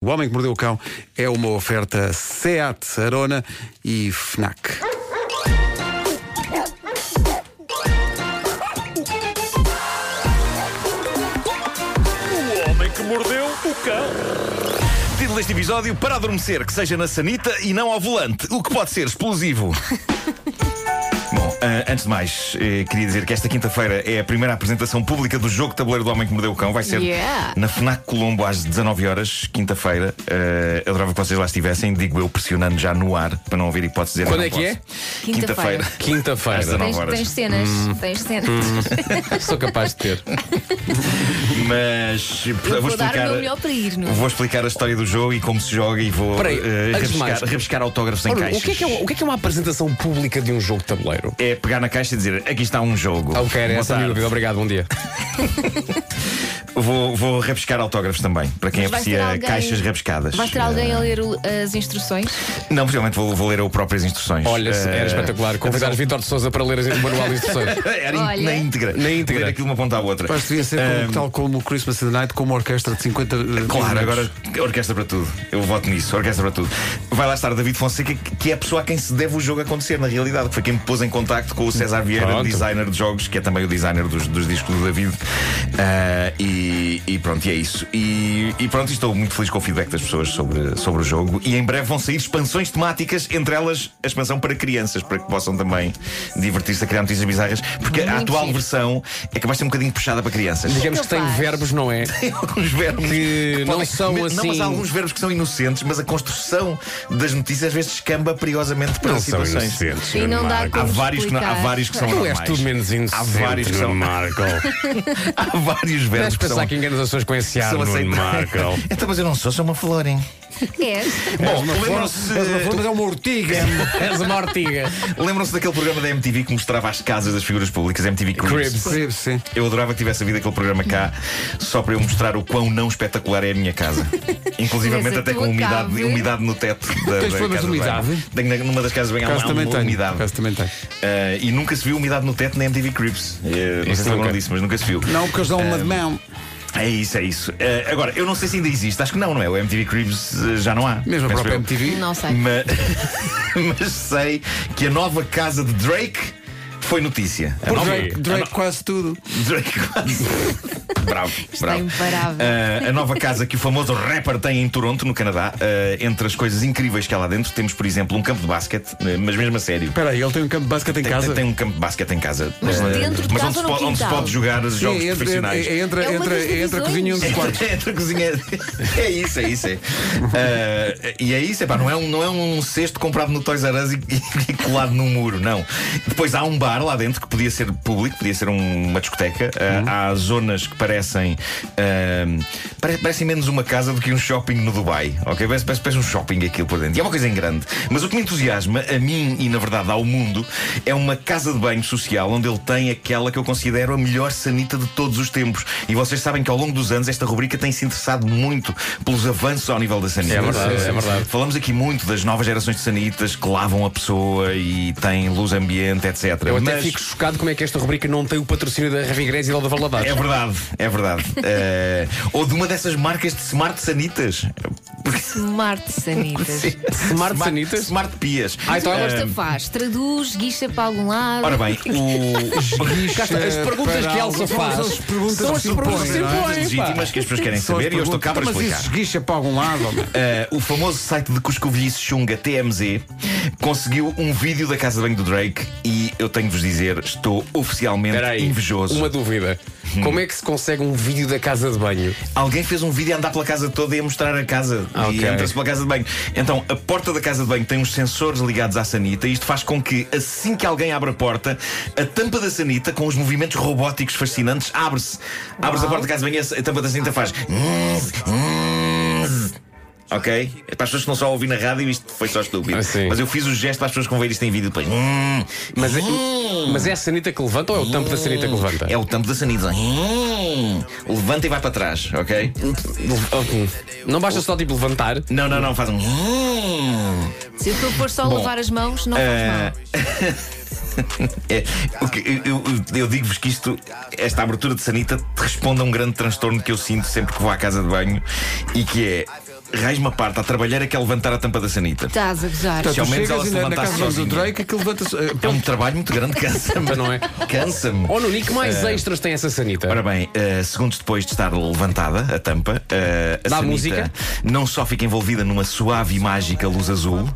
O Homem que Mordeu o Cão é uma oferta SEAT Arona e FNAC. O homem que mordeu o cão. Título deste episódio: Para adormecer, que seja na sanita e não ao volante, o que pode ser explosivo. Bom, ah, antes de mais, eh, queria dizer que esta quinta-feira é a primeira apresentação pública do jogo de tabuleiro do Homem que Mordeu o Cão. Vai ser Yeah. na FNAC Colombo às 19 horas, quinta-feira. Ah, eu adorava que vocês lá estivessem, digo eu, pressionando já no ar, para não haver hipótese de dizer Quando não é que posso. Quinta-feira. Quinta-feira. Às Quinta-feira. 19 Tens, horas. tens cenas, Hum. tens cenas. Sou capaz de ter. Mas, portanto, Eu vou vou dar o explicar. meu melhor para ir, não é? Vou explicar a história do jogo e como se joga e vou Peraí, eh, antes de mais- rabiscar, rabiscar autógrafos em Ora, caixas. o, que é que é, uma- o que é que é uma apresentação pública de um jogo de tabuleiro? é pegar na caixa e dizer aqui está um jogo. Ah, Ok, era Boa essa a minha tarde. dúvida. Obrigado, bom dia. Vou, vou rabiscar autógrafos também, para quem Mas vais aprecia ter alguém- caixas rabiscadas. Vais ter alguém a ler o- as instruções? Não, possivelmente vou, vou ler eu próprias instruções. Olha, Eh, era espetacular. Convidar Vitor de Souza para ler o manual de instruções. Era in- Olha. na íntegra. Na íntegra. Ler aquilo de uma ponta à outra. Acho que devia ser como- tal como o Christmas in the Night, com uma orquestra de 50. eh, Claro, elementos. agora orquestra para tudo. Eu voto nisso, orquestra para tudo. Vai lá estar David Fonseca, que que é a pessoa a quem se deve o jogo acontecer, na realidade, que foi quem me pôs em contacto com o César Vieira, Pronto. designer de jogos, que é também o designer dos, dos discos do David. Ah, e, e pronto, e é isso. E, e pronto, estou muito feliz com o feedback das pessoas sobre, sobre o jogo. E em breve vão sair expansões temáticas, entre elas a expansão para crianças, para que possam também divertir-se a criar notícias bizarras, porque a Muito atual giro. versão é capaz de ser um bocadinho puxada para crianças Digamos Meu que tem pai. verbos, não é? alguns verbos Que não são me- Não, mas assim- há alguns verbos que são inocentes, mas a construção das notícias às vezes descamba perigosamente para situações. E não dá Há vários, que não, há explicar. vários que são Tu és normais. tudo menos inocente, Há vários que Nuno são. Marco. Há vários verbos Deves que são. pensar que enganas as pessoas com esse ar, são assim, Nuno aceitáveis. Marco. Então, mas eu não sou, sou uma flor, hein? É. Bom, Uma flor- lembram-se. mas uma flor, mas é uma urtiga. eh, És uma ortiga. Lembram-se daquele programa da MTV que mostrava as casas das figuras públicas, MTV Cribs. Cribs. Percebe, sim. Eu adorava que tivesse havido aquele programa cá só para eu mostrar o quão não espetacular é a minha casa. Mas Inclusivamente a até com tua umidade, cabe. umidade no teto da, Tens problemas da casa de banho. umidade? Tenho na- numa das casas bem Caso também tenho. umidade. Caso também tenho. Eh, e nunca se viu umidade no teto na MTV Crips. Eh, não Isso sei se lembram nunca. disso, mas nunca se viu. Não, porque eles dão uma de mão. É isso, é isso. Eh, agora, eu não sei se ainda existe, acho que não, não é? O MTV Crips eh, já não há. Mesmo a Penso própria eu. MTV. Não sei. Ma- Mas, sei que a nova casa de Drake foi notícia. A nova- Drake, Drake quase tudo. Drake quase. bravo, bravo. é imparável. Ah, a nova casa que o famoso rapper tem em Toronto, no Canadá, ah, entre as coisas incríveis que há lá dentro, temos, por exemplo, um campo de basquete, eh, mas mesmo a sério. Espera aí, ele tem um campo de basquete em Tem, casa. tem- tem um campo de basquete em casa. Mas Ah, dentro de mas casa onde, se ou no pode, onde se quintal? pode jogar os jogos Sim, entre, profissionais. entre, entre, É uma das entre, entre a divisões. cozinha e um dos quartos. É, entre a cozinha. É isso, é isso. É. Ah, e é isso, epá, não, é um, não é um cesto comprado no Toys R Us e, e colado num muro, não. Depois há um bar lá dentro que podia ser público, podia ser um- uma discoteca. Ah, Há zonas que parecem. ah, pare- parecem menos uma casa do que um shopping no Dubai, ok? Parece, parece, parece um shopping aquilo por dentro. E é uma coisa em grande. Mas o que me entusiasma, a mim e na verdade ao mundo, é uma casa de banho social onde ele tem aquela que eu considero a melhor sanita de todos os tempos. E vocês sabem que ao longo dos anos esta rubrica tem se interessado muito pelos avanços ao nível da sanita. É verdade, é verdade. Falamos aqui muito das novas gerações de sanitas que lavam a pessoa e têm luz ambiente, etc. Eu até Mas- fico chocado como é que esta rubrica não tem o patrocínio da Ravigrés e da Valadares. É verdade, é verdade. Eh, ou de uma dessas marcas de smart sanitas. Porque Smart Sanitas. Smart Sanitas? Smart Pias. Ah, então é Esta faz, traduz, guicha para algum lado. Hum. Ora bem, Cá está, As perguntas que Elsa faz eh, São as perguntas são as que se perguntas impõem, que se não é? as impõem, pá. legítimas que as pessoas querem São as saber e eu estou cá para perguntas. Mas explicar. isso esguicha para algum lado, homem. Eh, o famoso site de cuscovilhice chunga TMZ conseguiu um vídeo da casa de banho do Drake e eu tenho de vos dizer, estou oficialmente Espera aí, É invejoso. Hum. uma dúvida. Como é que se consegue um vídeo da casa de banho? Alguém fez um vídeo a andar pela casa toda e a mostrar a casa. Ah, E ok. entra-se pela casa de banho. Então, a porta da casa de banho tem uns sensores ligados à sanita e isto faz com que, assim que alguém abre a porta, a tampa da sanita, com os movimentos robóticos fascinantes, abre-se. Abre-se a porta da casa de banho e a a tampa da sanita faz. Ok? É Para as pessoas que não só ouvem na rádio, isto foi só estúpido. Ah, sim. Mas eu fiz o gesto para as pessoas que vão ver isto em vídeo depois. Mas é, mas é a sanita que levanta ou é o tampo da sanita que levanta? Hum. É o tampo da sanita. Levanta e vai para trás, ok? Ok. Não basta só tipo levantar. Não, não, não, faz um. "Hum". Se eu estou a pôr só a lavar as mãos, não eh, faz mal. É, o que- eu eu- eu digo-vos que isto, esta abertura de Sanita, te responde a um grande transtorno que eu sinto sempre que vou à casa de banho e que é. raiz uma parte, a trabalhar é que é levantar a tampa da sanita. Estás a gozar. Se Portanto, ao tu menos chegas ela e se na, na levantasse casa do sozinha. Drake, aquilo levanta-se. eh, É um trabalho muito grande, cansa-me, Não é? Cansa-me. Ó, Nuno, e que mais extras tem essa sanita? É. Ora bem, eh, segundos depois de estar levantada a tampa, eh, a Dá sanita música? não só fica envolvida numa suave e mágica luz azul,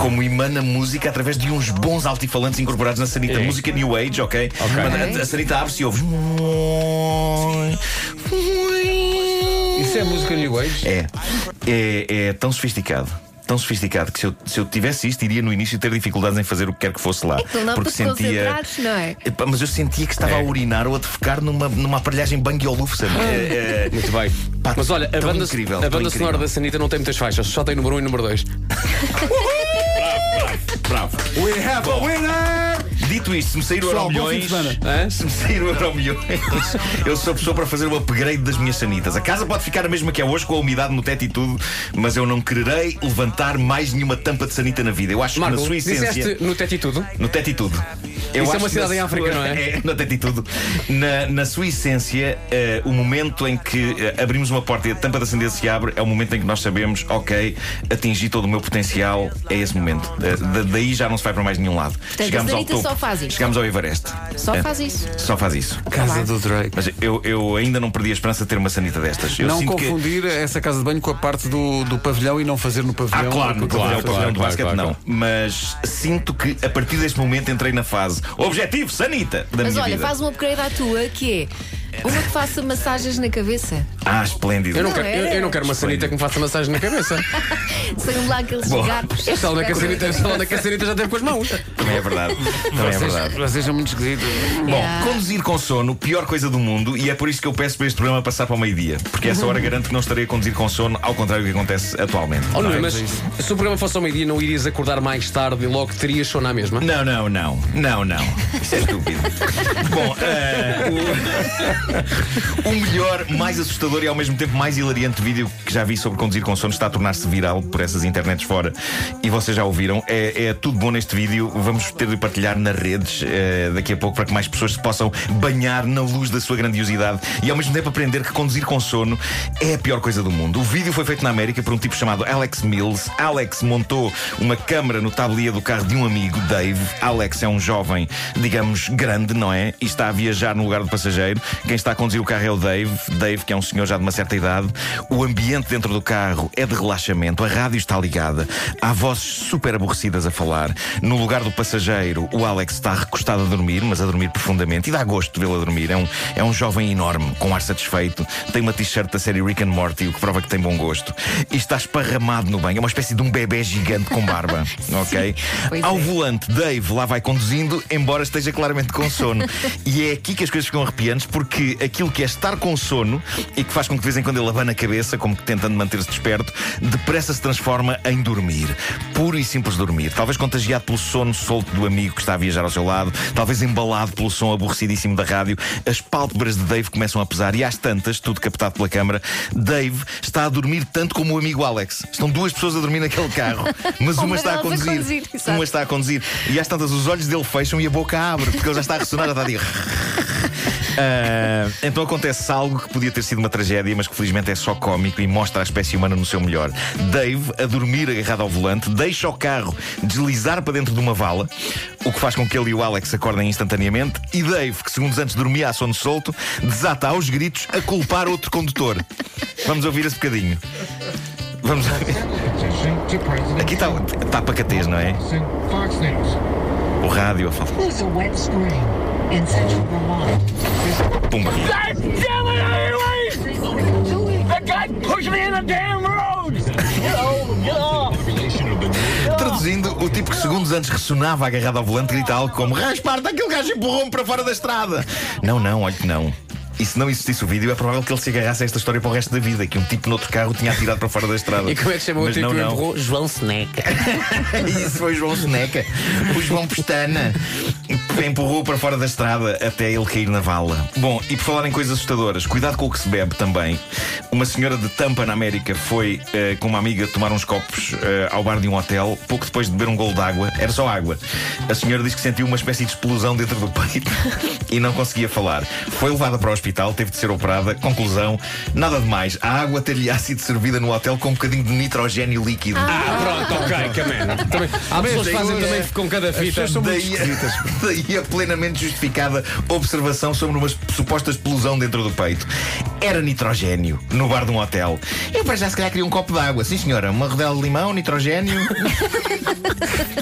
como emana música através de uns bons altifalantes incorporados na sanita. É. Música New Age, ok? Mas A, a sanita abre-se e ouves. Isso é música New Age? É, é, é tão sofisticado. Tão sofisticado que se eu, se eu tivesse isto, iria no início ter dificuldades em fazer o que quer que fosse lá. que não dá para te concentrares, não é? Epá, Mas eu sentia que É. estava a urinar ou a defecar numa, numa aparelhagem bang olufo, sabe? Ah. É, é- Muito bem. Pá, Mas olha, a tão banda, incrível, a tão banda incrível. sonora da Sanita não tem muitas faixas, só tem número 1 um e número 2. Bravo. We have a winner! Dito isto, se me sair o Pessoal, euro bom milhões. fim de semana. Hã? Se me sair o euro milhões, eu sou a pessoa para fazer o upgrade das minhas sanitas. A casa pode ficar a mesma que é hoje, com a umidade no teto e tudo, mas eu não quererei levantar mais nenhuma tampa de sanita na vida. Eu acho Marco, que na sua essência. disseste no teto e tudo? No teto e tudo. Eu Isso é acho uma que cidade na em África, sua- não é? É, no teto e tudo. Na, na sua essência, eh, o momento em que eh, abrimos uma porta e a tampa da sandeira se abre é o momento em que nós sabemos, ok, atingi todo o meu potencial, é esse momento. Eh, da- daí já não se vai para mais nenhum lado. Portanto, a sanita só faz isso. Chegamos ao Everest. Só Eh, faz isso. Só faz isso. Casa do Drake. Mas eu, eu ainda não perdi a esperança de ter uma sanita destas. Eu não sinto que- confundir essa casa de banho com a parte do, do pavilhão e não fazer no Ah, pavilhão. é claro, Porque no pavilhão, o o pavilhão claro, de basquete claro, não. Mas sinto que a partir deste momento entrei na fase objetivo, sanita, da Mas minha olha, vida. faz um upgrade à tua, que é uma que faça massagens na cabeça. Ah, esplêndido. Eu não, Não quero, eu, era. eu não quero uma sanita que me faça massagem na cabeça. Saiam lá aqueles Bom. um gatos. Esta onda que a sanita, esta onda que a sanita já teve com as mãos. Também é verdade. Também é verdade. Vocês são muito esquisitos. Bom, Yeah. conduzir com sono, pior coisa do mundo, e é por isso que eu peço para este programa passar para o meio-dia. Porque essa hora garanto que não estarei a conduzir com sono, ao contrário do que acontece atualmente. Oh, não, Nuno, é? mas se o programa fosse ao meio-dia, não irias acordar mais tarde e logo terias sono à mesma? não, não, não. Não, não. Isso é estúpido. Bom, eh, o... o Um melhor, mais assustador e ao mesmo tempo mais hilariante vídeo que já vi sobre conduzir com sono está a tornar-se viral por essas internets fora. E vocês já ouviram. É, é tudo bom neste vídeo. Vamos ter de partilhar nas redes eh, daqui a pouco para que mais pessoas se possam banhar na luz da sua grandiosidade e ao mesmo tempo aprender que conduzir com sono é a pior coisa do mundo. O vídeo foi feito na América por um tipo chamado Alex Mills. Alex montou uma câmara no tablier do carro de um amigo, Dave. Alex é um jovem, digamos, grande, não é? E está a viajar no lugar do passageiro. Quem está a conduzir o carro é o Dave. Dave, que é um senhor já de uma certa idade. O ambiente dentro do carro é de relaxamento. A rádio está ligada. Há vozes super aborrecidas a falar. No lugar do passageiro, o Alex está recostado a dormir, mas a dormir profundamente. E dá gosto de vê-lo a dormir. É um, é um jovem enorme, com ar satisfeito. Tem uma t-shirt da série Rick and Morty, o que prova que tem bom gosto. E está esparramado no banho. É uma espécie de um bebê gigante com barba. ok? pois Ao é. volante, Dave lá vai conduzindo, embora esteja claramente com sono. e é aqui que as coisas ficam arrepiantes, porque aquilo que é estar com sono e que faz com que de vez em quando ele abana a cabeça, como que tentando manter-se desperto, depressa se transforma em dormir. Puro e simples dormir. Talvez contagiado pelo sono solto do amigo que está a viajar ao seu lado, talvez embalado pelo som aborrecidíssimo da rádio, as pálpebras de Dave começam a pesar e às tantas, tudo captado pela câmara, Dave está a dormir tanto como o amigo Alex. Estão duas pessoas a dormir naquele carro, mas uma, Uma está a delas a conduzir. conduzir, exato. uma está a conduzir. E às tantas os olhos dele fecham e a boca abre, porque ele já está a ressonar, já está a dizer. Ah, então acontece algo que podia ter sido uma tragédia, mas que felizmente é só cómico e mostra a espécie humana no seu melhor. Dave, a dormir agarrado ao volante, deixa o carro deslizar para dentro de uma vala, o que faz com que ele e o Alex acordem instantaneamente. E Dave, que segundos antes dormia a sono solto, desata aos gritos a culpar outro condutor. Vamos ouvir esse bocadinho. Vamos ouvir. Aqui está tá pacatez, não é? Fox News. O rádio a falar. There's a wet spring in central Vermont. Pumba. God damn it, Harry Weiss! That guy pushed me in the damn road! Get over, get off! Traduzindo, o tipo que segundos antes ressonava agarrado ao volante grita algo como Rasparta, aquele gajo empurrou-me para fora da estrada. Não, não, olha que não. E se não existisse o vídeo, é provável que ele se agarrasse a esta história para o resto da vida, que um tipo noutro carro tinha atirado para fora da estrada. E como é que chamou Mas o tipo não, que o não. empurrou? João Seneca. Isso foi o João Soneca, o João Pestana, que empurrou para fora da estrada até ele cair na vala. Bom, e por falar em coisas assustadoras, cuidado com o que se bebe também. Uma senhora de Tampa, na América, foi eh, com uma amiga tomar uns copos eh, ao bar de um hotel, pouco depois de beber um golo de água, era só água. A senhora disse que sentiu uma espécie de explosão dentro do peito e não conseguia falar. Foi levada para o hospital, teve de ser operada. Conclusão, nada de mais. A água ter-lhe sido servida no hotel com um bocadinho de nitrogênio líquido. Ah, pronto, ok, caminho. Também, é- há pessoas que fazem também com cada fita. pessoas são muito Daí, daí a plenamente justificada observação sobre uma suposta explosão dentro do peito. Era nitrogênio no bar de um hotel. Eu para já se calhar queria um copo de água. Sim, senhora, uma rodela de limão, nitrogênio.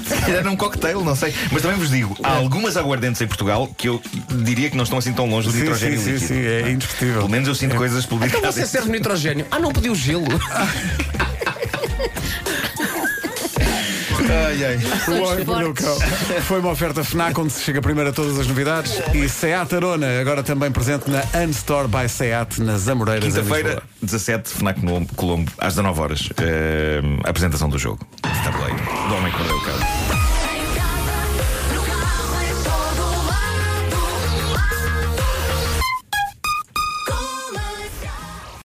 se calhar era um cocktail, não sei. Mas também vos digo, É. há algumas aguardentes em Portugal que eu diria que não estão assim tão longe do Sim, sim, nitrogênio sim, líquido. sim, é indiscutível. Pelo menos eu sinto coisas Então publicadas. você serve nitrogênio. Ah, não pediu gelo. Ai, ai. O Homem que Mordeu o Cão. Foi uma oferta FNAC onde se chega primeiro a todas as novidades. E Seat Arona, agora também presente na Unstore by Seat, nas Amoreiras. em Quinta-feira, Lisboa. 17, FNAC no Colombo, às 19 horas. Eh, apresentação do jogo de tabuleiro do Homem que Mordeu o Cão.